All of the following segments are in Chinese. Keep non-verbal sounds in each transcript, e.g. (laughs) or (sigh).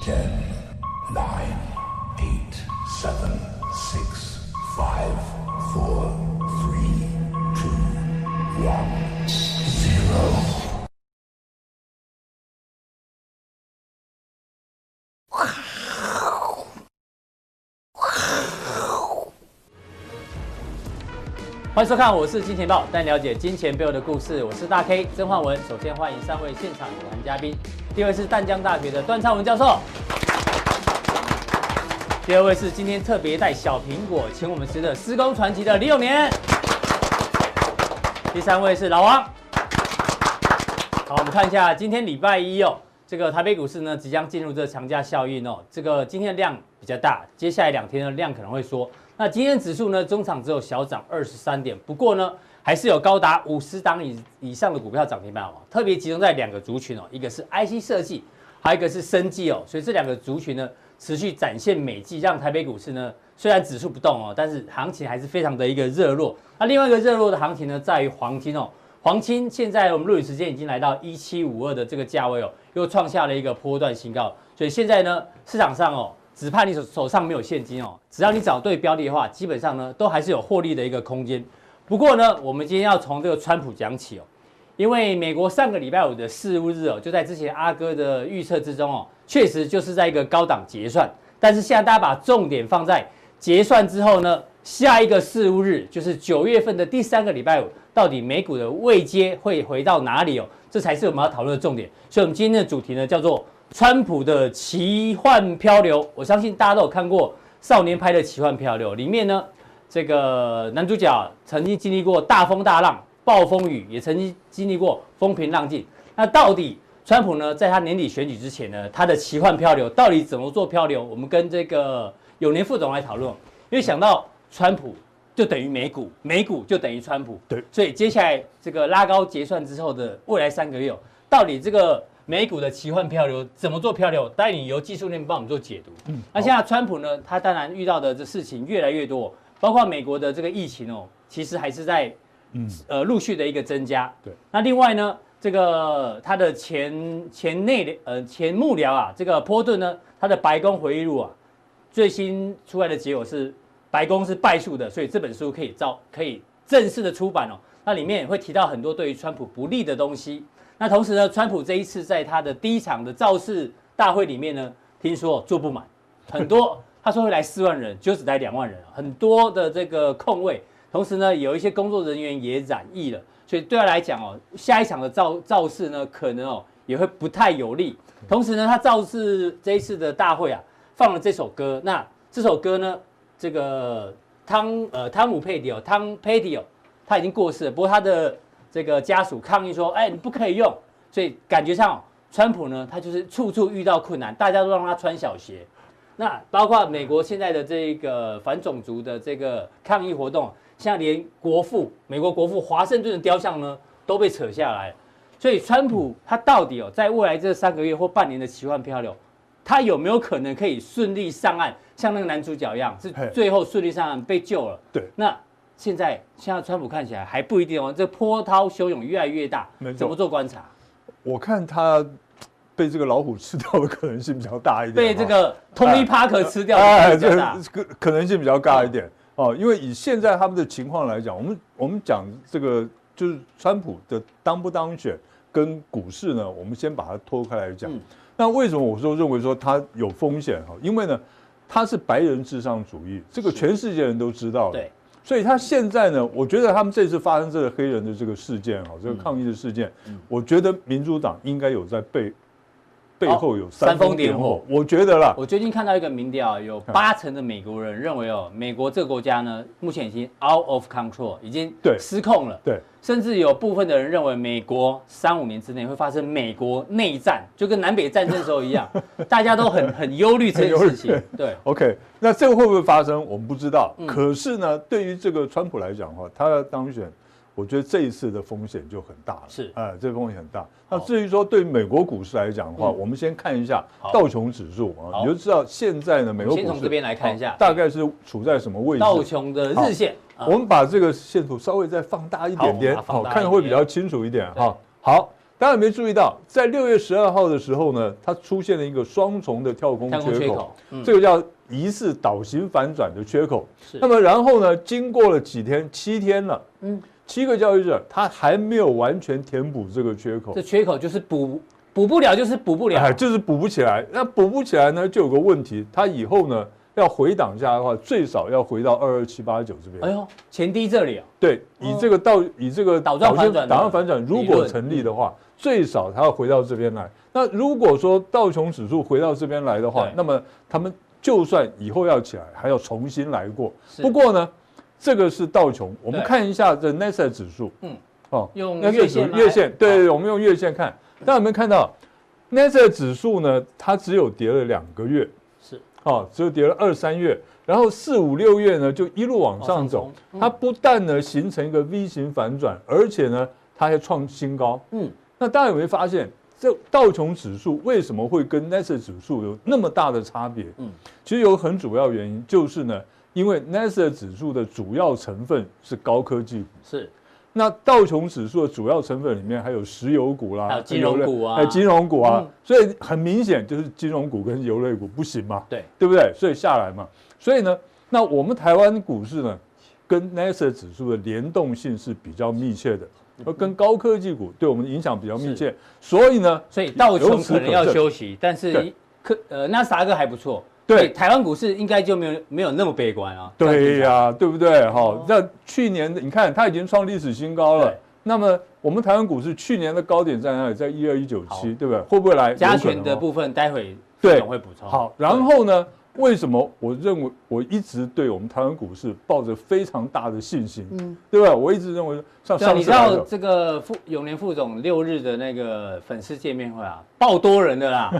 Ten, nine, eight, seven, six, five, four, three, two, one, zero. 欢迎收看，我是金钱豹，带你了解金钱背后的故事。我是大 K 曾焕文。首先欢迎三位现场有谈嘉宾，第一位是淡江大学的段昌文教授，第二位是今天特别带小苹果请我们吃的施工传奇的李永年，第三位是老王。好，我们看一下今天礼拜一哦，这个台北股市呢即将进入这长假效应哦，这个今天的量比较大，接下来两天的量可能会缩。那今天指数呢，中场只有小涨二十三点，不过呢，还是有高达五十档以以上的股票涨停板哦，特别集中在两个族群哦，一个是 IC 设计，还有一个是生技哦，所以这两个族群呢，持续展现美技，让台北股市呢虽然指数不动哦，但是行情还是非常的一个热络。那另外一个热络的行情呢，在于黄金哦。黄金现在我们录影时间已经来到一七五二的这个价位哦，又创下了一个波段新高，所以现在呢，市场上哦，只怕你手手上没有现金哦，只要你找对标的的话，基本上呢，都还是有获利的一个空间。不过呢，我们今天要从这个川普讲起哦，因为美国上个礼拜五的事务日哦，就在之前阿哥的预测之中哦，确实就是在一个高档结算，但是现在大家把重点放在结算之后呢，下一个事务日就是九月份的第三个礼拜五，到底美股的位阶会回到哪里哦？这才是我们要讨论的重点。所以，我们今天的主题呢，叫做“川普的奇幻漂流”。我相信大家都有看过少年拍的《奇幻漂流》，里面呢，这个男主角曾经经历过大风大浪、暴风雨，也曾经经历过风平浪静。那到底川普呢，在他年底选举之前呢，他的奇幻漂流到底怎么做漂流？我们跟这个永年副总来讨论，因为想到川普就等于美股，美股就等于川普，对，所以接下来这个拉高结算之后的未来三个月哦，到底这个美股的奇幻漂流怎么做漂流？带你由技术面帮我们做解读。嗯，那现在川普呢，他当然遇到的这事情越来越多，包括美国的这个疫情哦，其实还是在嗯，呃陆续的一个增加。对，那另外呢，这个他的前前内的呃前幕僚啊，这个波顿呢，他的白宫回忆录啊，最新出来的结果是白宫是败诉的，所以这本书可以照可以正式的出版哦。那里面也会提到很多对于川普不利的东西。那同时呢，川普这一次在他的第一场的造势大会里面呢，听说坐不满，很多他说会来四万人，就只来两万人，很多的这个空位。同时呢，有一些工作人员也染疫了，所以对他来讲哦，下一场的造造势呢，可能哦也会不太有利。同时呢，他造势这一次的大会啊，放了这首歌。那这首歌呢，这个汤呃汤姆佩迪哦，汤佩迪哦，他已经过世了，不过他的这个家属抗议说，哎，你不可以用。所以感觉上、哦，川普呢，他就是处处遇到困难，大家都让他穿小鞋。那包括美国现在的这个反种族的这个抗议活动，现在连国父、美国国父华盛顿的雕像呢都被扯下来了。所以，川普他到底哦，在未来这三个月或半年的奇幻漂流，他有没有可能可以顺利上岸，像那个男主角一样，是嘿最后顺利上岸被救了？对那现在现在川普看起来还不一定哦，这波涛汹涌越来越大没，错怎么做观察？我看他被这个老虎吃掉的可能性比较大一点，啊被这个 Tony (laughs) Parker 吃掉哎，的比这较大。可可能性比较大一点哦，因为以现在他们的情况来讲，我们我们讲这个就是川普的当不当选跟股市呢，我们先把它脱开来讲嗯。那为什么我说认为说它有风险哈？因为呢，它是白人至上主义，这个全世界人都知道了。对，所以他现在呢，我觉得他们这次发生这个黑人的这个事件哦嗯哈，这个抗议的事件，我觉得民主党应该有在背背后有煽煽风风点点火火，我觉得啦，我最近看到一个民调，有嗯八成的美国人认为哦，美国这个国家呢，目前已经 out of control，已经对失控了。对，甚至有部分的人认为，美国三五年之内会发生美国内战，就跟南北战争的时候 (laughs) 一样，大家都很很忧虑这件事情很。对， OK，那这个会不会发生，我们不知道。嗯可是呢，对于这个川普来讲的话，他要当选，我觉得这一次的风险就很大了。是哎、这风险很大。那好至于说对美国股市来讲的话，嗯我们先看一下好道琼指数啊，好你就知道现在呢，美国股先市从这边来看一下好大概是处在什么位置？道琼的日线，啊我们把这个线图稍微再放大一点点，好我们把它放大一点看的会比较清楚一点哈。好，大家有没有注意到，在六月十二号的时候呢，它出现了一个双重的跳空跳空缺缺口口，，嗯，这个叫疑似倒型反转的缺口。是那么然后呢，经过了几天，七天了，嗯嗯，七个交易日，它还没有完全填补这个缺口这，缺口就是补补不了，就是补不了，哎，就是补不起来。那补不起来呢，就有个问题，它以后呢要回档下来的话，最少要回到二二七八九这边。哎呦，前低这里啊，对，以这个倒以这个倒转反转的倒转反转，如理果论嗯成立的话，最少它要回到这边来。那如果说道琼指数回到这边来的话对，那么他们就算以后要起来，还要重新来过。是不过呢，这个是道琼，我们对看一下这 n a s a 指数，嗯嗯，哦，用 Nasdaq 月指线哦数吗月线，对，我们用月线看。大家有没有看到 n a s a 指数呢？它只有跌了两个月，是哦，只有跌了二三月，然后四五六月呢就一路往上走往上冲嗯。它不但呢形成一个 V 型反转，而且呢它还创新高。嗯，那大家有没有发现，这道琼指数为什么会跟 n a s a 指数有那么大的差别？嗯嗯，其实有很主要原因，就是呢，因为 n a s a 指数的主要成分是高科技股。是那道琼指数的主要成分里面还有石油股啦，还有金融股啊还有金融股啊嗯，所以很明显就是金融股跟油类股不行嘛，对，对不对？所以下来嘛，所以呢，那我们台湾股市呢，跟 NASA 指数的联动性是比较密切的，而跟高科技股对我们的影响比较密切，所以呢，所以道由琼此可能要可证休息，但是对科呃纳斯达克还不错，对所以台湾股市应该就没有没有那么悲观啊，对这样听起来呀、对不对？哈、那去年的你看，它已经创历史新高哦了对。那么我们台湾股市去年的高点在哪里？在一二一九好七，对不对？会不会来？加有可权能的哦部分待会对总会补充，好，然后呢？为什么我认为我一直对我们台湾股市抱着非常大的信心，对吧？我一直认为像嗯对啊，上你知次来道的，这个副永联副总六日的那个粉丝见面会啊，爆多人的 (laughs) 啦，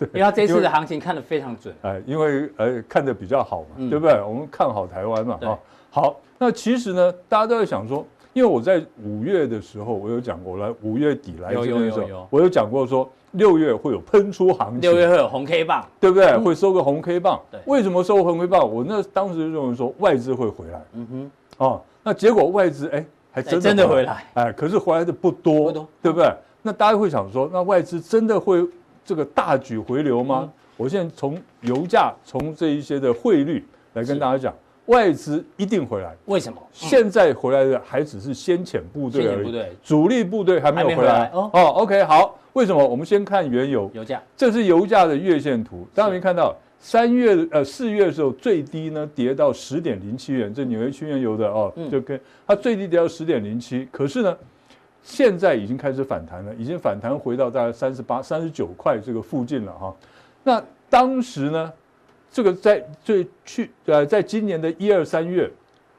因为他这一次的行情看得非常准，哎，因为呃看的比较好嘛，嗯对不对？我们看好台湾嘛，对哈。好，那其实呢，大家都在想说，因为我在五月的时候，我有讲过，来五月底来有这边的时有有有候，我有讲过说六月会有喷出行情，六月会有红 K 棒，对不对？会收个红 K 棒对。为什么收红 K 棒？我那当时认为说外资会回来嗯哼，哦，那结果外资哎还 (laughs) 真的真的回来，来，哎，可是回来的不多，不多对不对？那大家会想说，那外资真的会这个大举回流吗？嗯我现在从油价、从这一些的汇率来是嗯跟大家讲，外资一定回来。为什么？现在回来的还只是先遣部队先遣而已，部队主力部队还没有还没回回来来。哦哦，OK，好，为什么？我们先看原油，油价这是油价的月线图，大家没看到三月呃四月的时候最低呢跌到十点零七元，这纽约区原油的哦，嗯就跟它最低跌到十点零七，可是呢现在已经开始反弹了，已经反弹回到大概三十八、三十九块这个附近了哈、那当时呢，这个在最去呃在今年的一二三月，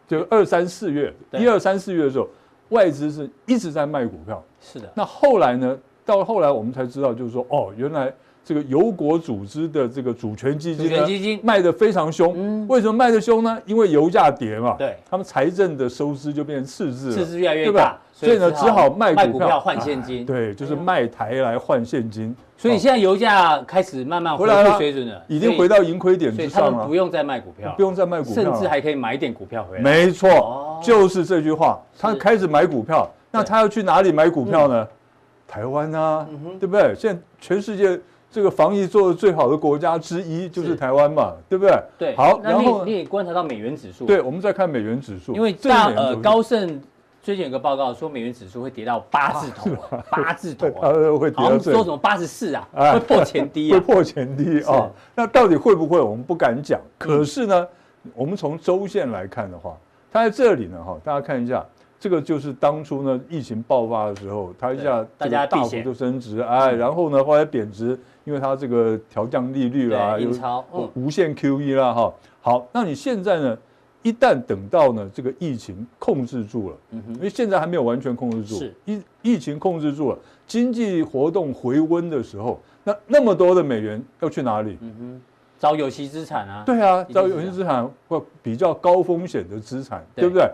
就二三四月、对一二三四月的时候，外资是一直在卖股票。是的，那后来呢？到后来我们才知道，就是说，哦，原来这个油国组织的这个主权基金主呢权基金卖得非常凶。嗯为什么卖得凶呢？因为油价跌嘛。对他们财政的收支就变成赤字了。市值越来越对大吧，所以呢，只好卖卖股股票啊票换现金，哎对，就是卖台来换现金。所以哦现在油价开始慢慢回回来复了啊水准了，已经回到盈亏点所以，所之以他上们了不，用再卖股票，不用再卖股票甚了。至还可以买一点股票回来。没哦错，就是这句话。他是开始买股票，那对嗯他要去哪里买股票呢？台湾啊，对不对？现在全世界这个防疫做的最好的国家之一就是是台湾嘛，对不对？对，好，那然你后你也观察到美元指数，对，我们再看美元指数，因为这是大美元呃指数高盛最近有个报告说，美元指数会跌到八字头，八字头 (laughs) 对啊，它呃会跌好到像最说什么八十四啊，哎会破前低 (laughs) 会啊，破前低啊。那到底会不会？我们不敢讲。嗯可是呢，我们从周线来看的话，它在这里呢哈，大家看一下，这个就是当初呢疫情爆发的时候，它一下对这个大家避大险嗯幅度升值，哎，然后呢后来贬值，因为它这个调降利率啦，对，啊有印钞，嗯，无限 QE 啦哈。好，那你现在呢？一旦等到呢这个疫情控制住了，嗯哼因为现在还没有完全控制住，是疫疫情控制住了，经济活动回温的时候，那那么多的美元要去哪里？嗯哼，找有息资产啊，对啊一定，是到有些资产或比较高风险的资产，对对不对？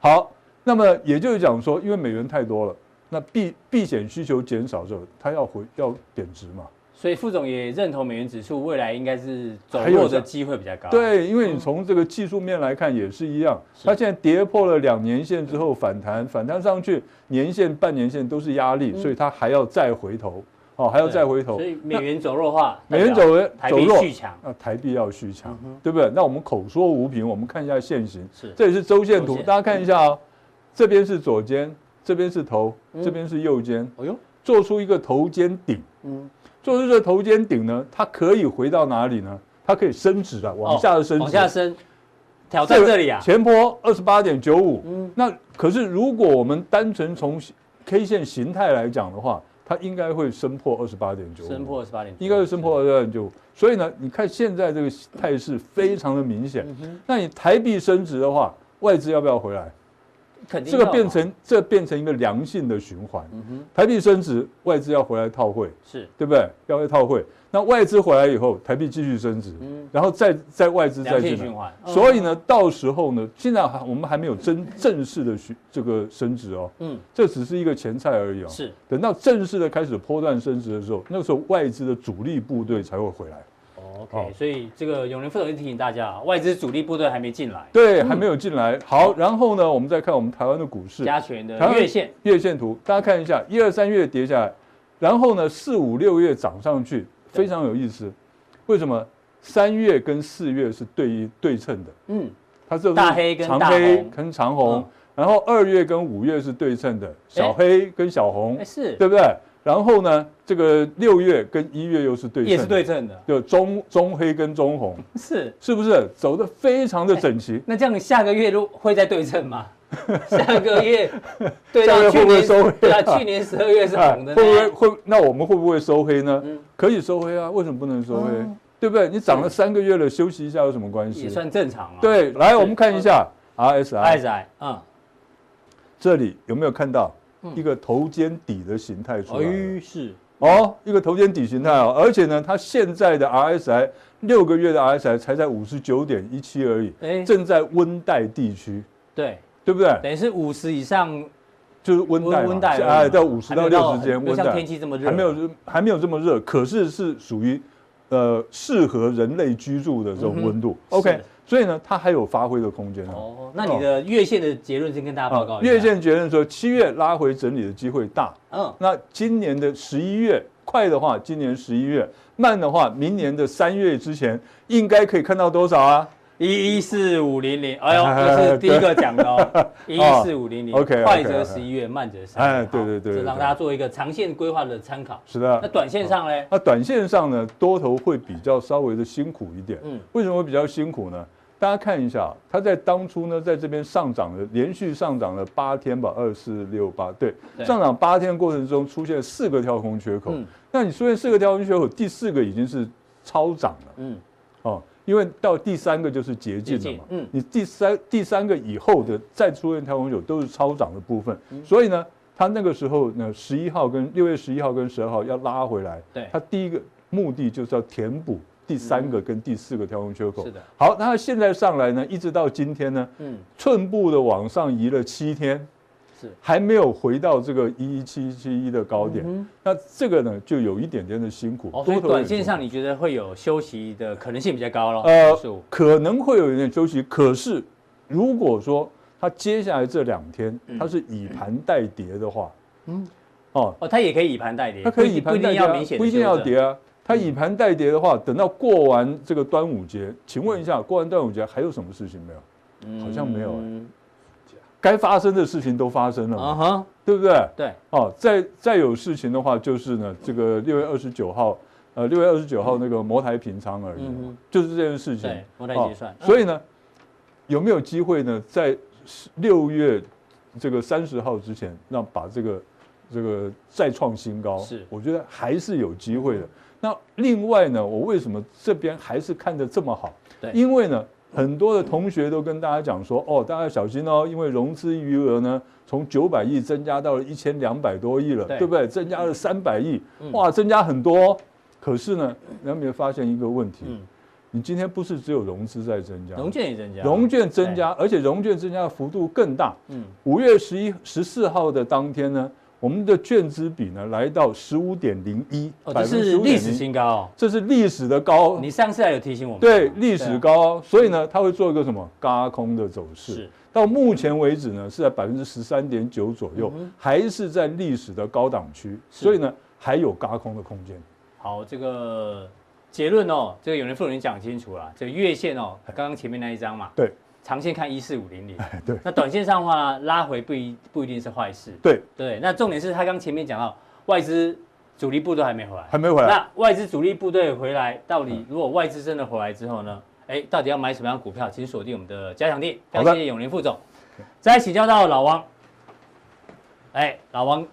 好，那么也就是讲说，因为美元太多了，那避避险需求减少之后，它要回要贬值嘛，所以副总也认同美元指数未来应该是走还有弱的涨机会比较高。，对，因为你从这个技术面来看也是一样，它现在跌破了两年线之后反弹，反弹上去年线、半年线都是压力，所以它还要再回头，哦，还要再回头嗯所。以美元走弱的话，美元走代表台走币弱续强，嗯那台币要续强，对不对？那我们口说无凭，我们看一下现形。是这也是周线周图，线大家看一下哦，这边是左肩，这边是头，嗯这边是右肩，哦呦，做出一个头肩顶。嗯，做出这头肩顶呢，它可以回到哪里呢？它可以伸直啊，往下的伸直，哦往下伸，挑战这里啊，前坡二十八点九五。嗯那可是如果我们单纯从 K 线形态来讲的话，它应该会升破二十八点九五，升破二十嗯八点，应该会升破二十八点九五。所以呢，你看现在这个态势非常的明嗯显。那你台币升值的话，外资要不要回来？肯定这个要变嘛嗯成这变成一个良性的循环。台币升值，外资要回来套汇。是对不对？要被套汇，那外资回来以后，台币继续升值，然后再再外资再嗯良性进循来。环，所以呢，到时候呢，现在还我们还没有真正式的去这个升值哦，嗯，这只是一个前菜而已哦。是等到正式的开始波段升值的时候，那个时候外资的主力部队才会回来。嗯 OK，所以这个永仁副总就提醒大家啊，外资主力部队还没进来，对，还没有进来。好，然后呢，我们再看我们台湾的股市，加权的台湾月线月线图，大家看一下，一二三月跌下来，然后呢，四五六月涨上去，对非常有意思。为什么？三月跟四月是对一对称的，嗯，它这大黑跟长大黑红跟长红嗯，然后二月跟五月是对称的，小黑跟小红哎，是对不对？然后呢，这个六月跟一月又是对称，也是对，称的，就中中黑跟中红，是。是不是走的非常的整齐？那这样下个月如会再对称吗？下个 (laughs) 月对下到个月去会不会年收回对啊，啊去年十二月是哎红的呢，会不会会？那我们会不会收黑呢？嗯可以收黑啊，为什么不能收黑？哦对不对？你涨了三个月了，休息一下有什么关系也？算正常啊？对，来我们看一嗯下 RSI， ，ISI，嗯，这里有没有看到嗯一个头肩底的形态出来了？哎是，哦，一个头肩底形态哦，而且呢，它现在的 RSI 六个月的 RSI 才在五十九点一七而已，哎，正在温带地区，对，对不对？等于是五十以上就是温带嘛，温带而已嘛，哎，在五十还没到有六十之很间没有温带，像天气这么热，还没有这还没有这么热，可是是属于呃适合人类居住的这种温度。嗯哼 OK，是所以呢，它还有发挥的空间啊。哦。那你的月线的结论先跟大家报告一下，哦月线结论说，七月拉回整理的机会大。嗯，那今年的十一月快的话，今年十一月；慢的话，明年的三月之前应该可以看到多少啊？一一四五零零， (laughs) 哎呦，这是第一个讲的哦，一一四五零零哦 OK，OK，OK 快则十一月，慢则三月，哎好对对对这对让对大家做一个长线规划的参考。是那的。短线上嘞，那短线上呢，多头会比较稍微的辛苦一点。嗯，为什么会比较辛苦呢？大家看一下，它在当初呢，在这边上涨了，连续上涨了八天吧，二四六八，对，对上涨八天过程中出现四个跳空缺口。嗯那你出现四个跳空缺口，第四个已经是超涨了嗯，哦，因为到第三个就是捷径捷了径嘛。嗯你第三第三个以后的再出现跳空缺口都是超涨的部分，嗯所以呢，它那个时候呢，十一号跟六月十一号跟十二号要拉回来，对嗯它第一个目的就是要填补第三个跟第四个跳空缺口。是的，好，那它现在上来呢，一直到今天呢，嗯，寸步的往上移了七天，是还没有回到这个一一七七一的高点。那这个呢，就有一点点的辛苦。嗯哦，所以多头有短点线辛苦上你觉得会有休息的可能性比较高了，呃十五，可能会有一点休息，可是如果说它接下来这两天它是以盘代跌的话，嗯，哦，哦，它也可以以盘代跌，它可不以一以不一盘代定跌、要啊明显，，不一定要，跌啊。它嗯以盘代跌的话，等到过完这个端午节，请问一下，过完端午节还有什么事情没有？好像没有哎嗯该发生的事情都发生了啊嘛，哈，对不对？对，哦，再再有事情的话，就是呢，这个六月二十九号，呃，六月二十九号那个摩台平仓而已嘛，嗯哼就是这件事情。对摩台结算嗯哦所以呢，有没有机会呢，在六月这个三十号之前，让把这个这个再创新高？是我觉得还是有机会的。那另外呢，我为什么这边还是看得这么好？对因为呢，很多的同学都跟大家讲说，哦，大家小心哦，因为融资余额呢从九百亿增加到了一千两百多亿了，对嗯对不对？增加了三百亿，哇，增加很多哦、可是呢，你有没有发现一个问题？嗯你今天不是只有融资在增加，融券也增加，融券增加，而且融券增加的幅度更大。嗯五月十一、十四号的当天呢，我们的券资比呢来到十五点零一，哦，这是历史新高哦。这是历史的高，你上次还有提醒我们，对历史啊高哦，所以呢，它会做一个什么嘎空的走势是。到目前为止呢，是在百分之十三点九左右，还是在历史的高档区，嗯是所以呢，还有嘎空的空间。好，这个结论哦，这个有人富人讲清楚了，这个月线哦，刚刚前面那一张嘛，对 (laughs) 长线看一四五零零，对那短线上的话拉回不一不一定是坏事，对，对，那重点是他刚前面讲到外资主力部队还没回来，还没回来。那外资主力部队回来，到嗯底如果外资真的回来之后呢？哎，到底要买什么样的股票？请锁定我们的加强店。非好的常谢谢永林副总。再请教到老王，哎，老王，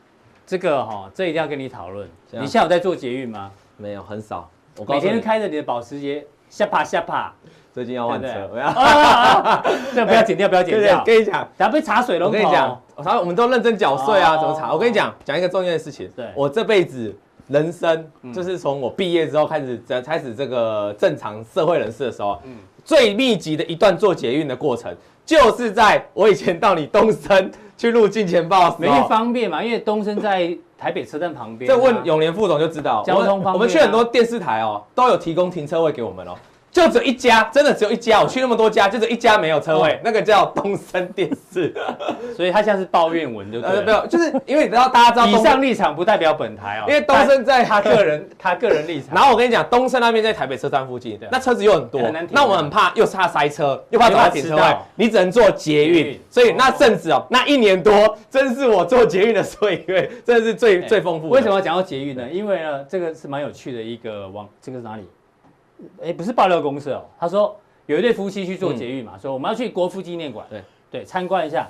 这个哈、这一定要跟你讨论。这样你现在有在做捷运吗？没有很少。我告每诉天你都，开着你的保时捷，下爬下爬，最近要换对不对车，我要啊啊啊这个不要剪掉，不要剪对掉不对，，跟你讲，然后被查水我龙头。跟你讲，他我们都认真缴税啊，哦怎么查？我跟你讲，讲一个重要的事情，对嗯我这辈子人生就是从我毕业之后开始，才开始这个正常社会人士的时候，啊嗯最密集的一段做捷运的过程，就是在我以前到你东升去入境钱报的没时候。方便嘛，因为东升在台北车站旁边啊。这问永联副总就知道，交通方便啊我们我们去很多电视台哦，都有提供停车位给我们哦，就只有一家，真的只有一家，我去那么多家，就只有一家没有车位，哦那个叫东森电视， (laughs) 所以他现在是抱怨文，对不呃，对？没有，就是因为你知道大家知道以东上森，立场不代表本台哦，因为东但森在他个人。他个人立 (laughs) 场，然后我跟你讲，东森那边在台北车站附近对，那车子又很多很难，停啊那我们很怕，又是怕塞车，又怕找到停车又位怕迟到，你只能坐捷捷运运。所以那阵子哦，那一年多，真是我做捷运的岁月，真的是最哎最丰富的。为什么要讲到捷运呢？因为呢，这个是蛮有趣的一个网，这个是哪里？哎，不是爆料公社哦，他说有一对夫妻去做捷运嘛，说我们要去国父纪念馆，嗯对对，参观一下。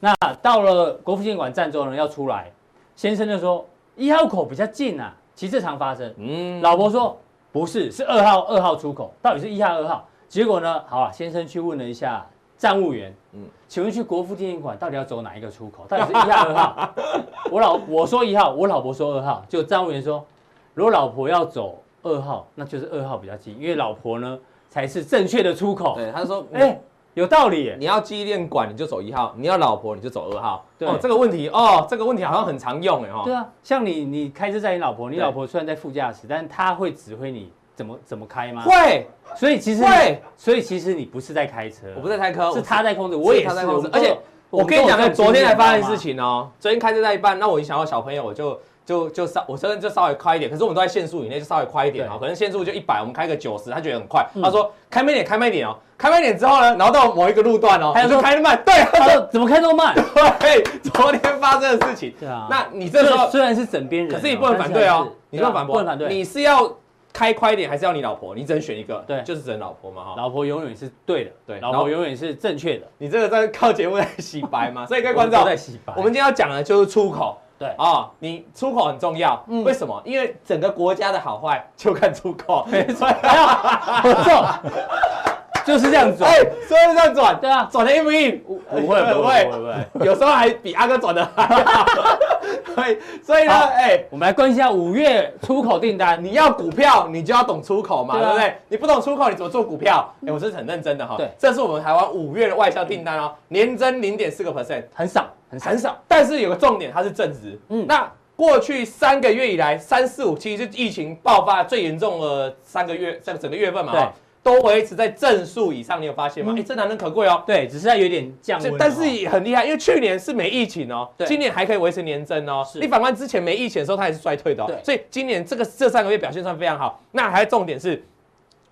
那到了国父纪念馆站之后呢，要出来，先生就说一号口比较近啊，其实这常发生。嗯，老婆说不是，是二号二号出口，到底是一号二号？结果呢，好啊，先生去问了一下站务员，嗯嗯，请问去国父纪念馆到底要走哪一个出口？到底是一号二 (laughs) 号？我老我说一号，我老婆说二号，就站务员说，如果老婆要走二号，那就是二号比较近，因为老婆呢才是正确的出口。对，他说，哎、有道理耶。你要纪念馆你就走一号，你要老婆你就走二号。对哦，这个问题哦，这个问题好像很常用哎哦。对啊，像你你开车载你老婆，你对老婆虽然在副驾驶，但她会指挥你怎么怎么开吗？会，所以其实会，所以其实你不是在开车，我不在开科，是我他在控制，我也是哦他在控制们都而且我我们都跟你有讲啊这，种昨天才发生经验事情哦。昨天开车在一半，那我影响到小朋友，我就就就稍，我真的就稍微快一点。可是我们都在限速以内，就稍微快一点哦。可能限速就一百，我们开个九十，他觉得很快。嗯他说开慢一点，开慢一点哦。开慢一点之后呢，然后到某一个路段哦，他就你就说开得慢。对，你 (laughs) 知道吗。他他说说怎么开那么慢？对，昨天发生的事情。对啊那你这虽时然候虽然是枕边人哦，可是你不能反对但是哦还是，你不能反驳，不能反对。你是要开快一点，还是要你老婆？你只能选一个，对就是只能老婆嘛哈。老婆永远是对的，对老然婆后永远是正确的。你这个在靠节目在洗白嘛，所以各位观众我们都，在洗白，我们 (laughs) 今天要讲的就是出口。对嗯啊、你出口很重要，为什么？因为整个国家的好坏就看出口。没 (laughs) 错，不错，就是这样子。哎，所以这样转，对啊转的硬不硬？不不会不会不会不会。 (laughs) 有时候还比阿哥转的还好。 (laughs) 所以，所以呢，好哎、我们来关心一下五月出口订单，你要股票，你就要懂出口嘛，对对,、啊嗯不对？你不懂出口，你怎么做股票？哎、我是很认真的哈。对这是我们台湾五月的外销订单哦，年增零点四个 percent，很少很少很少。但是有个重点，它是正值。嗯嗯，那过去三个月以来，三四五其实是疫情爆发最严重的三个月，整整个月份嘛，对哈都维持在正数以上，你有发现吗？哎、嗯这难能可贵哦。对，只是它有点降温这哦。但是也很厉害，因为去年是没疫情哦对，今年还可以维持年增哦。是你反观之前没疫情的时候，它也是衰退的、哦对，所以今年这个这三个月表现算非常好。那还有重点是。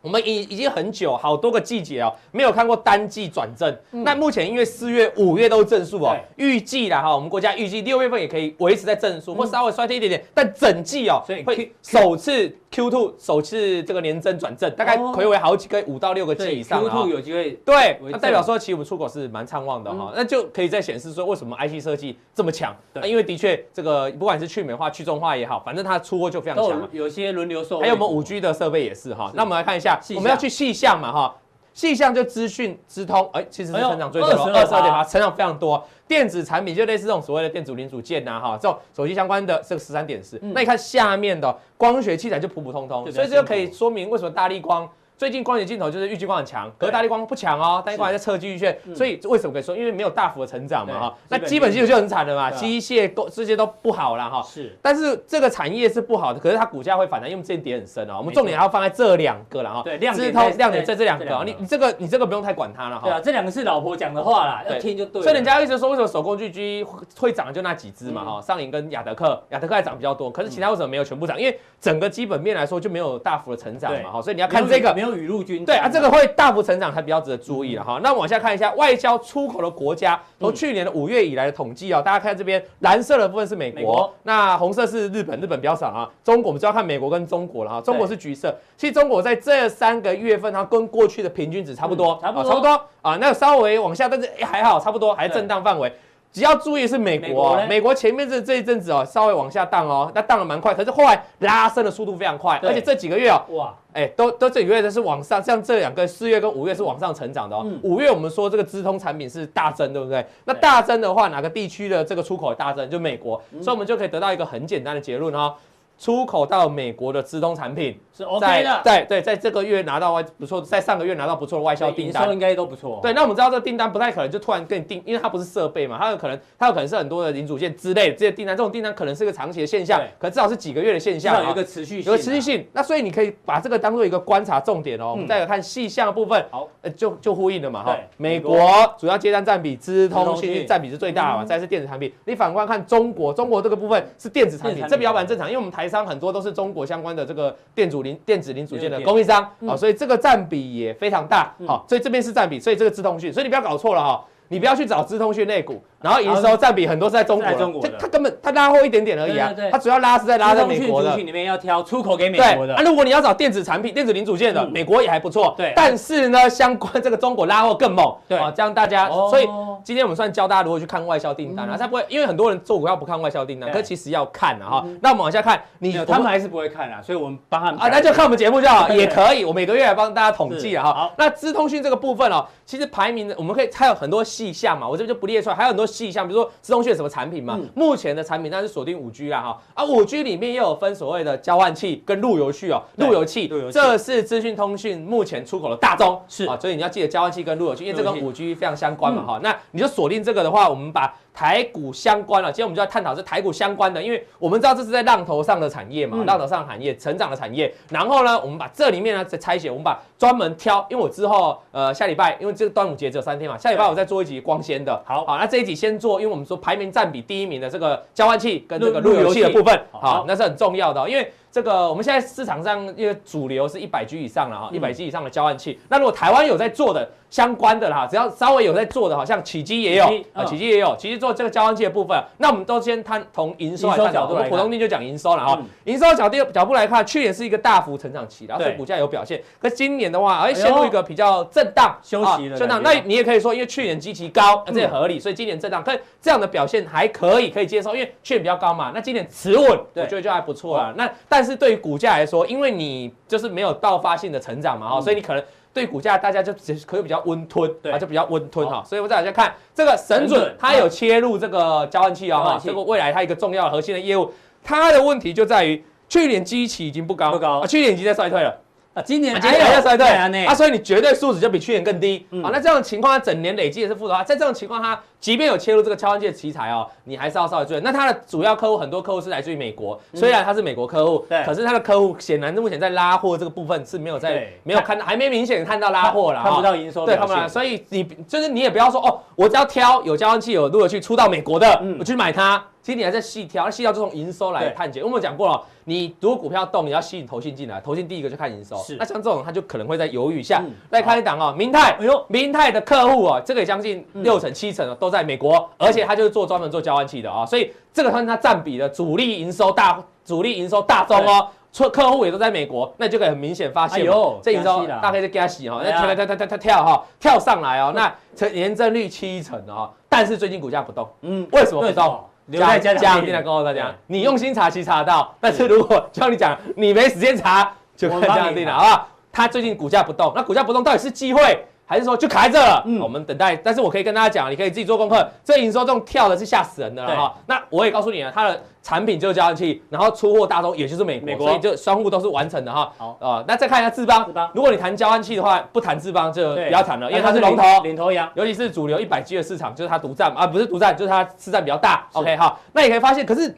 我们已已经很久，好多个季节哦，没有看过单季转正。嗯那目前因为四月、五月都是正数哦，预计啦哈，我们国家预计六月份也可以维持在正数，或稍微衰退一点点，但整季哦，嗯所以 Q- 会首次 Q two 首次这个年增转正，大概哦魁为好几个五到六个季对以上 Q 了、哦 two。有机会对，为那正嗯代表说其实我们出口是蛮畅旺的哈、那就可以再显示说为什么 IC 设计这么强？对那因为的确这个不管是去美化、去中化也好，反正它出货就非常都强有嘛。有些轮流售，还有我们五 G 的设备也是哈，那我们来看一下细，项我们要去细项嘛哈。细项就资讯、资通，哎，其实是哎呦成长最多，二22%十二点八，成长非常多。电子产品就类似这种所谓的电子零组件呐，哈，这种手机相关的这个十三嗯点四。那你看下面的光学器材就普普通通就，比较所以这就可以说明为什么大力光最近光学镜头就是预计光很强，可是大力光不强哦，嗯大力光还在测季预线，所以为什么可以说？因为没有大幅的成长嘛哈。那对基本技术就很惨了嘛，对啊机械构这些都不好了哈。是但是这个产业是不好的，可是它股价会反弹，因为这点很深哦。我们没错重点还要放在这两个了哈，对亮点资通在亮点在这两这个两哦，个你你这个你这个不用太管它了哈对。啊，这两个是老婆讲的话啦，哦对要听就对了。啊所以人家一直说，为什么手工具机会涨的就那几只嗯嘛，哈、上影跟亚德克，亚德克还涨比较多，可是其他为什么没有全部涨？因为整个基本面来说就没有大幅的成长对嘛，哈，所以你要要看这个没，有雨露均沾对啊，这个会大幅成长才比较值得注嗯意了哈。那我往下看一下外销出口的国家，从去年的五月以来的统计哦，大家看这边蓝色的部分是美美国国，那红色是日本，日本比较少啊。中国我们就要看美国跟中国了哈，中国是橘色。其实中国在这三个月份，它跟过去的平均值差不多嗯，差不啊多差不多啊。那稍微往下，但是哎还好，差不多还震荡范围。只要注意是美美国国哦嘞，美国前面这这一阵子哦，稍微往下荡哦，那荡的蛮快，可是后来拉升的速度非常快，对而且这几个月哦，哇，哎，都都这个月都是往上，像这两个四月跟五月是往上成长的哦嗯。五、月我们说这个资通产品是大增，对不对？那对大增的话，哪个地区的这个出口大增？就美国，嗯所以我们就可以得到一个很简单的结论哦。出口到美国的资通产品是 OK 在的，对对，在这个月拿到外不错，在上个月拿到不错的外销对订营单收，应该都不错。对，那我们知道这个订单不太可能就突然跟你订，因为它不是设备嘛，它有可能它有可能是很多的零组件之类的这些订单，这种订单可能是个长期的现象对，可至少是几个月的现至象、少哦有一。个持续性啊，有个持续性。那所以你可以把这个当做一个观察重点哦。我们再来看细项的部分，嗯好，呃，就就呼应了嘛哈对。美美国国主要接单占比，资通通信信息占比是最大嘛，再是电子产品。你反观看中国，中国这个部分是电子产电子品，产品这比较蛮正常，因为我们台商很多都是中国相关的这个电阻零电子零组件的零件供应商嗯啊，所以这个占比也非常大。哦嗯好，所以这边是占比，所以这个资通讯，所以你不要搞错了哈。你不要去找资通讯类股，然后营收占比很多是在中国了，在中国它的它根本它拉后一点点而已啊对对，对它主要拉是在拉在资通美国讯的族。群里面要挑出口给美对，国的啊，，如果你要找电子产品、电子零组件的，嗯美国也还不错。对但是呢，相关这个中国拉货更猛。对啊，这样大家，哦嗯所以今天我们算教大家如何去看外销订单啊，才不会，因为很多人做股票不看外销订单，对嗯可其实要看啊。哈。那我们往下看，你没有我他们还是不会看啊，所以我们帮他们啊，改那就看我们节目就好，对也可以。我每个月来帮大家统计了是哈好。那资通讯这个部分哦，其实排名的我们可以它有很多细项嘛，我这边就不列出来，还有很多细项，比如说资通讯有什么产品嘛，嗯目前的产品当然是锁定五 G 啦哈。啊，五 G 里面也有分所谓的交换器跟路由器哦，对路由器路由器这是资讯通讯目前出口的大宗是啊，所以你要记得交换器跟路由器，因为这跟路由器五 G 非常相关嘛哈。那你就锁定这个的话，我们把台股相关了，啊今天我们就要探讨这台股相关的，因为我们知道这是在浪头上的产业嘛，嗯浪头上的产业，成长的产业。然后呢，我们把这里面呢再拆解，我们把专门挑，因为我之后呃下礼拜，因为这个端午节只有三天嘛，下礼拜对我再做一集光纤的。好好，那这一集先做，因为我们说排名占比第一名的这个交换器跟这个路路由由器器的部分，好好，那是很重要的哦、因为这个我们现在市场上因为主流是一百 G 以上了哈，一嗯百 G 以上的交换器。那如果台湾有在做的相关的啦，只要稍微有在做的，好像启基也有启基啊，嗯启基也有，启基做这个交换器的部分，那我们都先谈从营收来营收探讨，角度我们来普看通定就讲营收了哈嗯。营收角度角度来看，去年是一个大幅成长期，然后所以对股价有表现。可今年的话，哎，呦陷入一个比较震荡、休啊息的震荡。感那觉你也可以说，因为去年基期嗯高，那这也合理，所以今年震荡。可这样的表现还可以，可以接受，因为去年比较高嘛。那今年持稳，我对觉得就还不错啦。那但是对于股价来说，因为你就是没有爆发性的成长嘛，哈，所以你可能。对股价，大家就只可以比较温吞，嗯对啊，就比较温吞哈。所以我再往下看这个神神准准，它有切入这个交换器哦，交哈换，器这个未来它一个重要的核心的业务，它的问题就在于去年基期已经不高，不高啊，去年已经在衰退了，啊，今年今年还在衰退，呢啊，，所以你绝对数值就比去年更低。嗯好，那这样的情况，它整年累计也是负的话，啊在这种情况，它即便有切入这个交换界的题材哦，你还是要稍微注意。那它的主要客户很多客户是来自于美国，虽然它是美国客户，嗯对可是它的客户显然目前在拉货这个部分是没有在对没有看到，还没明显看到拉货哦了，啊看哈不到营收对，表他现，们来，所以你就是你也不要说哦，我只要挑有交换器有路由器出到美国的，嗯我去买它。其实你还在细挑，那细挑就从营收来对探解。因为我们讲过了，你如果股票动，你要吸引投信进来，投信第一个就看营收。是那像这种，它就可能会在犹豫一下嗯。再看一档哦，明泰，哎呦，明泰的客户哦，这个也将近嗯六成七成哦，都在美国，而且他就是做专门做交换器的啊、哦，所以这个算是它占比的主力营收大，主力营收大宗哦。客客户也都在美国，那就可以很明显发现哎嘛，呦这营收惊喜啦大概是给他洗哈，那哎呀跳跳跳跳跳跳哈，跳上来哦，那成年增率七成哦，但是最近股价不动，嗯，为什么不对动？到留在家嘉长定来告诉大家对，你用心查，其实查得到。但是如果像你讲，你没时间查，就看嘉定了啊。它最近股价不动，那股价不动到底是机会还是说就卡在这了？嗯嗯，我们等待。但是我可以跟大家讲，你可以自己做功课。这营收这种跳的是吓死人的了对哈。那我也告诉你啊了，它的产品就是加热器，然后出货大宗也就是美国，美国所以就相互都是完成的哈。好呃，那再看一下智邦，智邦如果你谈交换器的话，不谈智邦就对不要谈了，因为那它是龙头。领头羊，尤其是主流一百 G 的市场，就是它独占嘛啊，不是独占，就是它市占比较大。是 OK 哈，那也可以发现，可是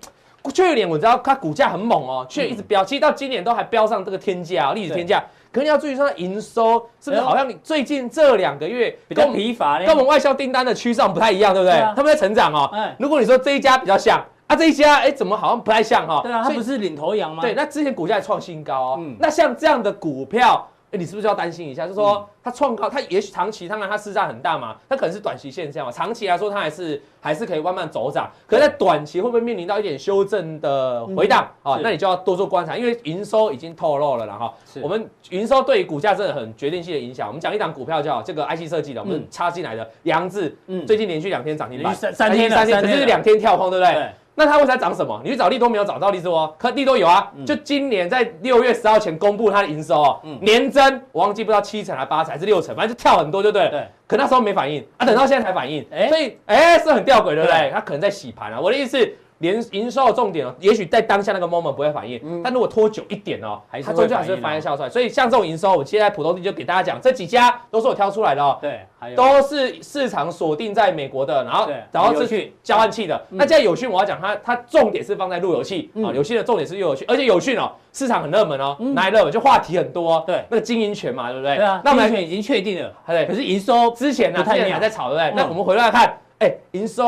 却有点我知道它股价很猛哦，却一直嗯飙，其实到今年都还飙上这个天价、哦，历史天价。可是你要注意说，它营收是不哎呦是好像你最近这两个月比跟较我们疲乏呢跟我。们外销订单的趋势上不太一样，对不对对啊？他们在成长哦哎。如果你说这一家比较像啊，这一家哎怎么好像不太像哈？对啊，它所以不是领头羊吗？对，，那之前股价也创新高哦。嗯那像这样的股票，诶你是不是要担心一下？就嗯是说它创高，它也许长期，当然它市占很大嘛，它可能是短期现象嘛。长期来说，它还是还是可以慢慢走涨。可是在短期会不会面临到一点修正的回档嗯啊？是那你就要多做观察，因为营收已经透露了啦哈是。我们营收对于股价真的很决定性的影响。我们讲一档股票叫这个 IC 设计的，我们嗯插进来的杨志，嗯最近连续两天涨停连板，哎续三三天了三天，三可天是了两天跳空，对不对？对那它为啥涨什么？你去找利多没有找到利多哦，可利多有啊，嗯就今年在六月十号前公布它的营收哦，嗯年增我忘记不知道七成还八成还是六成，反正就跳很多，对不对？对。嗯可那时候没反应啊，等到现在才反应，哎所以哎、是很吊诡，对不对对？它可能在洗盘啊。我的意思是，连营收的重点哦，也许在当下那个 moment 不会反应，但如果拖久一点哦，嗯还是它会终究还反是会应反啊映效出来。所以像这种营收，我现在普通地就给大家讲，这几家都是我挑出来的哦。对，还有都是市场锁定在美国的，然后对然后有这趣是交换器的。嗯那现在有讯我要讲它，它重点是放在路由器嗯啊，有讯的重点是路由器，而且有讯哦，市场很热门哦，哪里热门就话题很多哦。对那个经营权嘛，对不对？对啊，那我那们完来全已经确定了，对可是营收之前呢，啊不太之前妙还在炒，对不对嗯？那我们回来看，哎，营收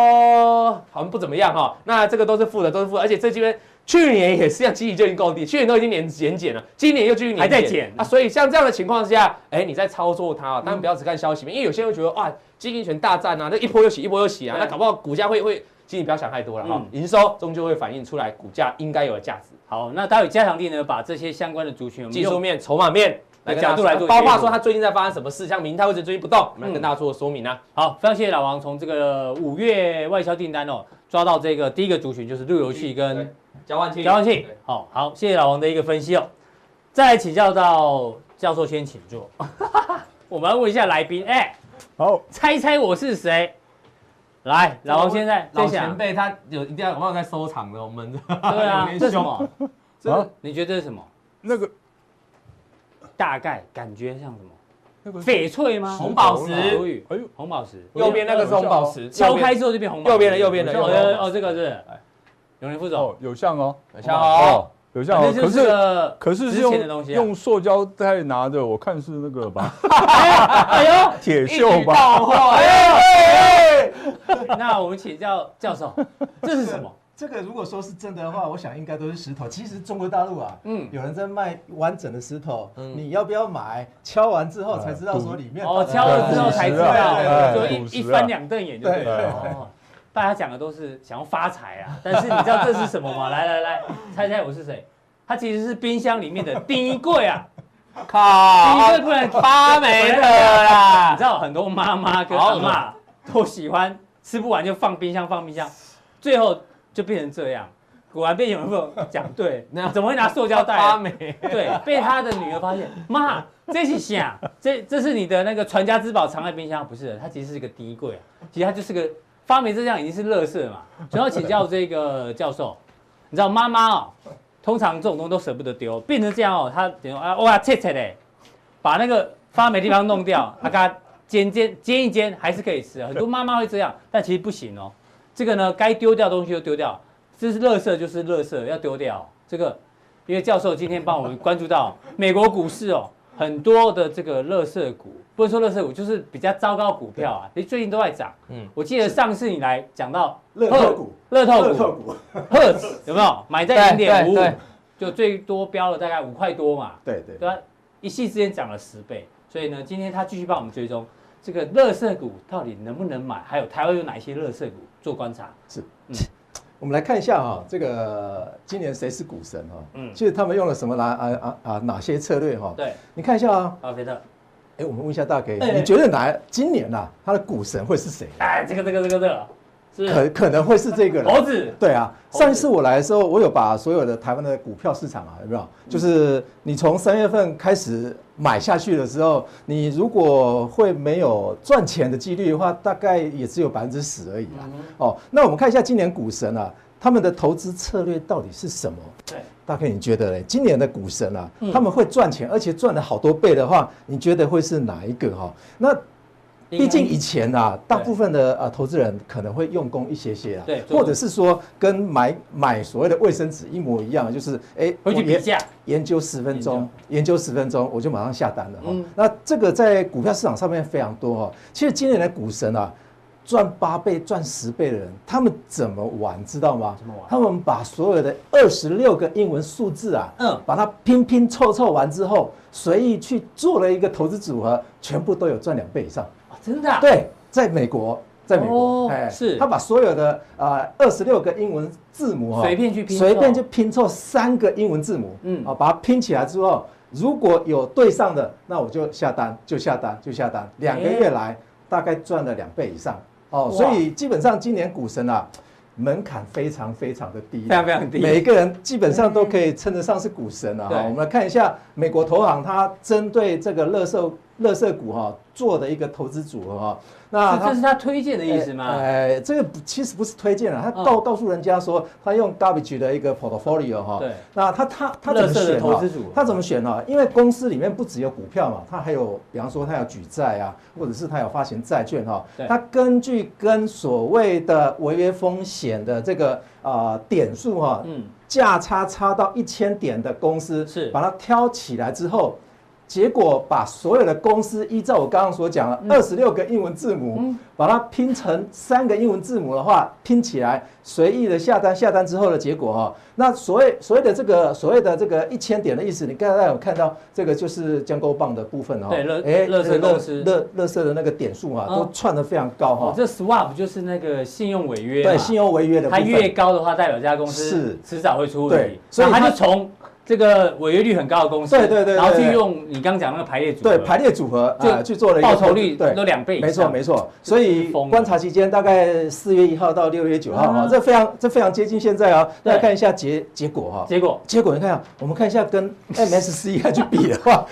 好像不怎么样哈。那这个都是负的，都是负的，而且这这边。去年也是这样，基期就已经够低，去年都已经年年减了，今年又继续年还在减嗯啊，所以像这样的情况下，哎，你在操作它、啊，当然不要只看消息面，因为有些人会觉得哇，基金权大战啊，那一波又起，一波又起啊，对那搞不好股价会会，其实你不要想太多了哈、嗯营收终究会反映出来股价应该有的价值，好。那待会加强力呢，把这些相关的族群我们技术用面、筹码面的来跟角大家度来做包括切入说它最近在发生什么事，像明泰为什么最近不动，我们来嗯跟大家做说明啊。好，非常谢谢老王从这个五月外销订单哦，抓到这个第一个族群就是路由器跟交换器交换器。好好，谢谢老王的一个分析哦。再来请教到教授先请坐， (laughs) 我们要问一下来宾，哎、好，猜猜我是谁？来，老王现在在老前想，辈他有一定要有没有在收藏的，我们对啊， (laughs) 有点这是什凶么？好、这你觉得这是什么？那个大概感觉像什么？那个，翡翠吗？红宝石手语，哎呦，红宝石，右边那个是红宝石，敲右边开之后就变红宝石。右边的右边的哦右边的哎哦，哦这个是永年副总，哦，有像哦，有像哦，有像那哦，就可是是个可是是值钱的东用西啊。用塑胶袋拿的，我看是那 (laughs) 个吧， (laughs) 哎呦，铁一锈举吧，到货哎呦， (laughs) 那我们请教教授，这是什么？这个如果说是真的话，我想应该都是石头。其实中国大陆啊，嗯嗯，有人在卖完整的石头，嗯你要不要买？敲完之后才知道说里面哦，敲了之后才知道，就哎一一哎翻两瞪眼就对了。对哦，大家讲的都是想要发财啊，但是你知道这是什么吗？来来来，猜猜我是谁？它其实是冰箱里面的第一柜啊，靠第一柜不然发霉了啦你 (laughs) 知！道很多妈妈跟阿妈都喜欢吃不完就放冰箱，放冰箱，最后就变成这样。果然被有人问讲对，怎么会拿塑胶袋啊？发霉，对，被他的女儿发现，妈，这是啥？这这是你的那个传家之宝藏在冰箱？不是的，它其实是一个衣柜啊，其实它就是个发霉这样已经是垃圾嘛。主要请教这个教授，你知道妈妈哦，通常这种东西都舍不得丢，变成这样哦，她等于啊哇切切嘞，把那个发霉地方弄掉，啊给它煎煎煎一煎还是可以吃啊。很多妈妈会这样，但其实不行哦。这个呢，该丢掉的东西就丢掉，这是垃圾就是垃圾，要丢掉这个。因为教授今天帮我们关注到美国股市哦，很多的这个垃圾股，不能说垃圾股，就是比较糟糕股票啊，你最近都在涨。嗯嗯，我记得上次你来讲到乐透股，乐乐透透股，股，赫兹有没有买在零对点五五对对，就最多标了大概五块多嘛，对对对吧？啊一夕之间涨了十倍，所以呢，今天他继续帮我们追踪这个垃圾股到底能不能买，还有台湾有哪一些垃圾股做观察。我们来看一下哈、这个今年谁是股神哈、嗯嗯，其实他们用了什么来啊啊啊哪些策略哈、对，你看一下啊，巴菲特，哎，我们问一下大 K，、哎你觉得哪今年呐、啊、他的股神会是谁？哎，这个这个这个这个，是可可能会是这个人。猴子对啊，猴子上一次我来的时候，我有把所有的台湾的股票市场啊，有没有？就是你从三月份开始买下去的时候，你如果会没有赚钱的几率的话，大概也只有百分之十而已啦。哦，那我们看一下今年股神啊，他们的投资策略到底是什么？对，大概你觉得嘞？今年的股神啊，他们会赚钱，而且赚了好多倍的话，你觉得会是哪一个哈、那毕竟以前啊，大部分的呃投资人可能会用功一些些啊，对或者是说跟买买所谓的卫生纸一模一样，就是哎，回去我也比价研究十分钟，研究十分钟，我就马上下单了哈、嗯那这个在股票市场上面非常多哈、其实今年的股神啊，赚八倍、赚十倍的人，他们怎么玩知道吗？怎么玩他们把所有的二十六个英文数字啊，嗯把它拼拼凑凑完之后，随意去做了一个投资组合，全部都有赚两倍以上。哦真的啊对，在美国，在美哦国，哎是他把所有的呃二十六个英文字母哦随便去拼凑随便就拼凑三个英文字母，嗯嗯，啊，把它拼起来之后，如果有对上的，那我就下单，就下单，就下单，两个月来大概赚了两倍以上哦，哎哇所以基本上今年股神啊。门槛非常非常的低，非常非常低每一个人基本上都可以称得上是股神了、嗯啊、对哈。我们来看一下美国投行它针对这个乐色乐色股哈、做的一个投资组合哈、那这这它是他推荐的意思啊哎吗？、哎这个不其实不是推荐了，啊他嗯告、告诉人家说他用 garbage 的一个 portfolio 哈、对那他他他怎么垃圾的选投啊资组合？他怎么选呢？因为公司里面不只有股票嘛，它还有，比方说它有举债啊，或者是它有发行债券哈、对它根据跟所谓的违约风险的这个呃点数哈、嗯价差差到一千点的公司，是把它挑起来之后。结果把所有的公司依照我刚刚所讲的二十六个英文字母，把它拼成三个英文字母的话，拼起来随意的下单，下单之后的结果哈、哦，那所谓所谓的这个所谓的这个一千点的意思，你刚才有看到这个就是江沟棒的部分哦，对乐哎乐色公司乐乐色的那个点数啊，嗯都窜得非常高哈、哦，这 swap 就是那个信用违约嘛，啊对，信用违约的部它分，越高的话，代表这家公司是迟早会出问题对，所所以以它它就从这个违约率很高的公司，对对对对然后去对用你刚刚讲那个排列组合，对排列组合就啊去做了一个报酬率对都两倍以没上错没错。所以疯了观察期间大概四月一号到六月九号啊哈，这非常这非常接近现在啊。对大家看一下结结果哈，结果结果你看啊，我们看一下跟 MSCI 去比 (laughs) 的话，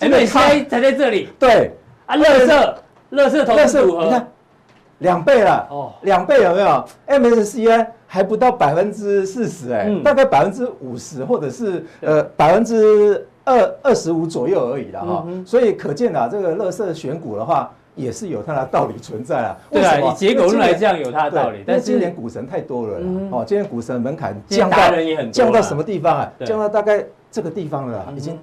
哎，这个对，现差在才在这里对，啊，乐色乐色投但资是组合，你看两倍了哦哦，两倍有没有？MSCI 还不到百分之四十哎嗯，大概百分之五十或者是呃百分之二二十五左右而已了哈嗯哼。所以可见啊，这个乐色选股的话。也是有它的道理存在啊，对为啊，什么以结果论来，讲有它的对道理，因为但今年是股神太多了啦嗯哦，今年股神门槛今年降到达人也很多啦降到什么地方啊对？降到大概这个地方了啦嗯，哼已经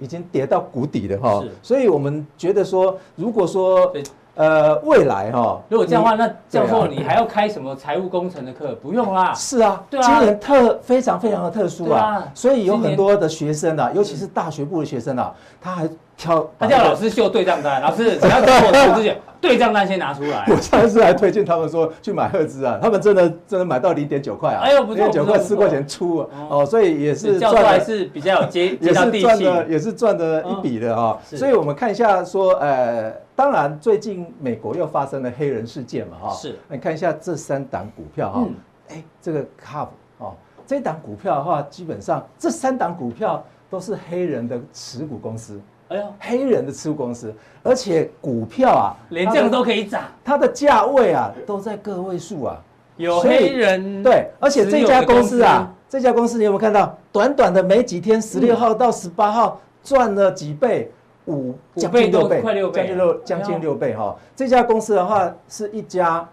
已经跌到谷底了哈是。所以我们觉得说，如果说对呃未来哈，如果这样的话，那教授对啊你还要开什么财务工程的课？不用啦你，是啊，对啊今年特非常非常的特殊对啊啊，所以有今年嗯很多的学生啊，尤其是大学部的学生啊，他还挑他叫老师。师秀对账单，老师只要找我投资前，对账单先拿出来 (laughs) 我。上次还推荐他们说去买赫兹啊，他们真的真的买到零点九块啊，哎呦不错九不错块四块钱出啊哦哦，所以也是是教赚授还了。是比较有接接也到是地赚气，嗯的，也是赚的一笔的哈、是所以我们看一下说，呃，当然最近美国又发生了黑人事件嘛哈、是那你看一下这三档股票哈、嗯哎、这个 Carve 哦，这档股票的话，基本上这三档股票都是黑人的持股公司，哎呦，黑人的持股公司，而且股票啊，连它这的样都可以涨，它的价位啊都在个位数啊。有所以黑人对，而且持这有家的公司啊，这家公司你有没有看到？短短的没几天，十六号到十八号赚了几倍？五五将倍近多六倍，快六倍将近六哎将呦近六倍哈、这家公司的话是一家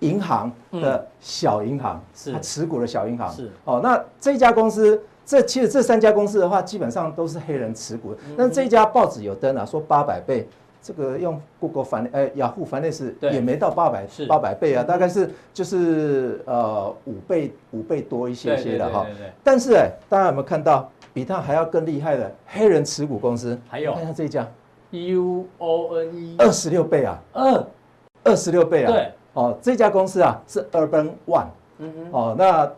银行的小银行，嗯是它持股的小银行是哦。那这家公司，这其实这三家公司的话，基本上都是黑人持股。嗯但这家报纸有登啊，说八百倍，这个用 Google 翻呃雅虎翻类似对也没到八百是八百倍啊，大概是就是呃五倍五倍多一些对对些了哈对对对。但是哎，大家有没有看到比它还要更厉害的黑人持股公司？还有看一下这一家 U O N E 二十六倍啊，二，二十六倍啊。对。哦，这家公司啊是 Urban One。嗯哼，哦，那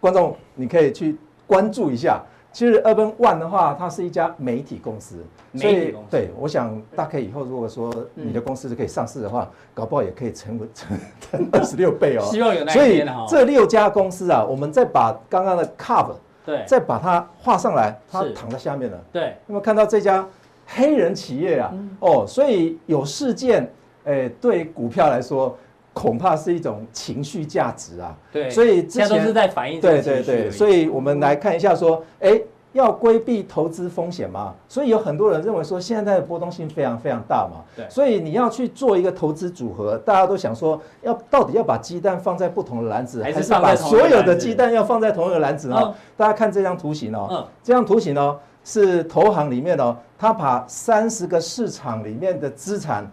观众你可以去关注一下。其实 Urban One 的话，它是一家媒体公司，所媒体以公司嗯对，我想大概以后如果说你的公司是可以上市的话，搞不好也可以成为 (laughs) 成成二十六倍哦。希望有那所一以天哈。这六家公司啊，我们再把刚刚的 cover 对再把它画上来，它是躺在下面了。对那么看到这家黑人企业啊，嗯哦，所以有事件，诶，对股票来说，恐怕是一种情绪价值啊。对，所以之现在都是前在反映这对个对情绪而对，已所以我们来看一下说，诶，要规避投资风险嘛，所以有很多人认为说现在的波动性非常非常大嘛，对所以你要去做一个投资组合，大家都想说要到底要把鸡蛋放在不同的篮子，还是是放在把同一个所有的篮子鸡蛋要放在同一个篮子嗯哦？大家看这张图形哦，嗯这张图形哦是投行里面哦，他把三十个市场里面的资产。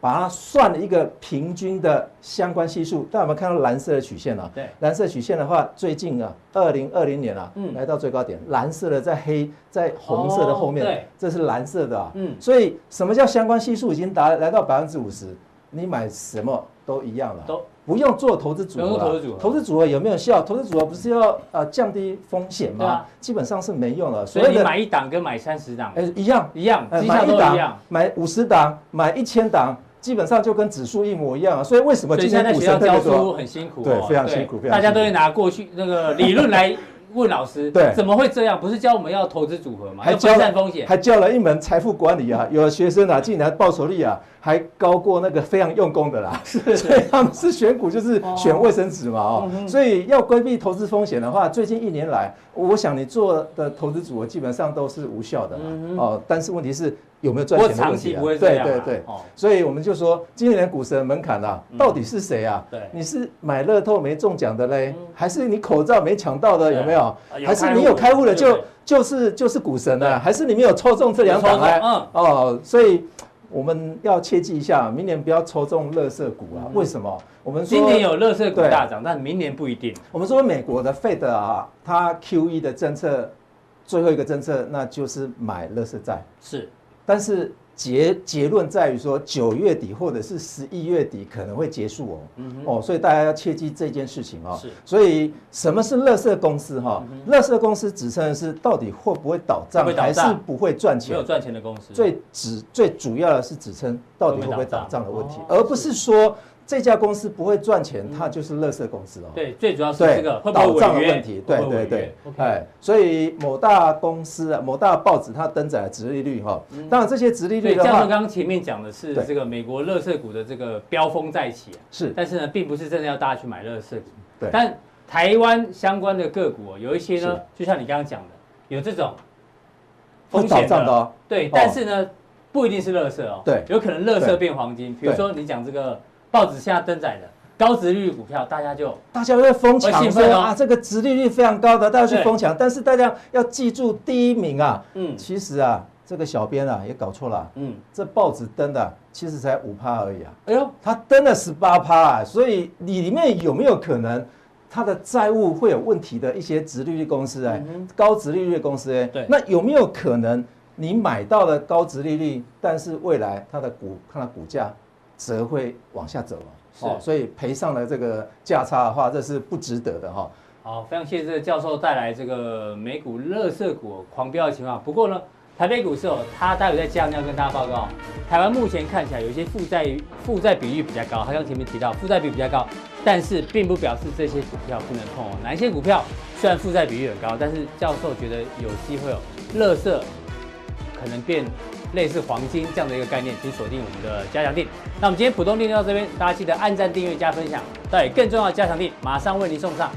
把它算了一个平均的相关系数，大家有没有看到蓝色的曲线啊？对蓝色曲线的话，最近啊，二零二零年啊，嗯来到最高点，蓝色的在黑，在红色的后面，哦对这是蓝色的啊。嗯所以什么叫相关系数已经达来到百分之五十？你买什么都一样了，都不用做投资组合不啦，用做投资组合投资组合有没有效？投资组合不是要呃降低风险对吗？啊基本上是没用的。所以你的买一档跟买三十档哎一样，一样，呃绩买效都一一档样。、买五十档、买一千档，基本上就跟指数一模一样啊。所以为什么所以今现在天学股校神特教别多书？很辛苦哦，对非常辛苦非常大家都辛会苦拿过去那个理论来问老师，对怎么会这样？不是教我们要投资组合吗？还要分教散风险，还教了一门财富管理啊，有的学生啊，竟然报酬率啊还高过那个非常用功的啦，所以他们是选股就是选卫生纸嘛嗯哦，所以要规避投资风险的话，最近一年来，我想你做的投资组合基本上都是无效的啦哦，但是问题是有没有赚嗯我钱的长问题期啊不会这对样啊。对对。哦，所以我们就说，今年股神的门槛啊，到底是谁啊？嗯对嗯你是买乐透没中奖的嘞，还是你口罩没抢到的？对有没有啊？有还是开你悟有的开悟对了不就对就是就是股神对了？还是你没有抽中这两档有抽中嗯呢？哦，所以我们要切记一下，明年不要抽中乐色股啊。为什么？我们说嗯今年有乐色股对大涨，但明年不一定。我们说美国的 Fed 啊，它 QE 的政策最后一个政策，那就是买乐色债。是，但是结结论在于说，九月底或者是十一月底可能会结束哦。哦，所以大家要切记这件事情哦。嗯是嗯所以什么是乐色公司哈、乐色公司指称的是到底会不会倒账，会不会倒还是账不会赚没钱有？赚钱的公司。最指最主要的是指称到底会不会倒账的问题，而不是说这家公司不会赚钱，嗯它就是乐色公司哦。对，最主要是对，啊这个会不倒会账的违约问题，对会不会对违约对 OK，哎，所以某大公司啊，某大报纸它登载了殖利率哈，当然这些殖利嗯对，率的教授话刚刚前面讲的是对这个美国乐色股的这个飙风再起啊，是但是呢，并不是真的要大家去买乐色股。对但台湾相关的个股、哦、有一些呢是，就像你刚刚讲的，有这种会倒账的哦，对哦，但是呢，不一定是乐色哦，对有可能乐色对变黄金。比如说你讲这个报纸现在登载的高值率股票，大家就大家会疯会兴抢说奋哦啊，这个殖利率非常高的，大家去对疯抢，但是大家要记住第一名啊，嗯其实啊，这个小编啊也搞错了啊，嗯，这报纸登的啊其实才五趴而已啊，哎呦，它登了十八趴啊，所以你里面有没有可能它的债务会有问题的一些直利率公司哎、高值利率的公司哎，嗯对那有没有可能你买到了高值利率，哎但是未来它的股看它股价则会往下走是哦，所以赔上了这个价差的话，这是不值得的哈、好，非常谢谢这个教授带来这个美股乐色股狂飙的情况。不过呢，台北股市哦，它待会再降，要跟大家报告。台湾目前看起来有一些负债负债比率比较高，它像前面提到负债比比较高，但是并不表示这些股票不能碰哦。哪一些股票虽然负债比率很高，但是教授觉得有机会哦，乐色可能变类似黄金这样的一个概念，请锁定我们的加强定。那我们今天浦东店就到这边，大家记得按赞、订阅、加分享。到底更重要的加强定，马上为您送上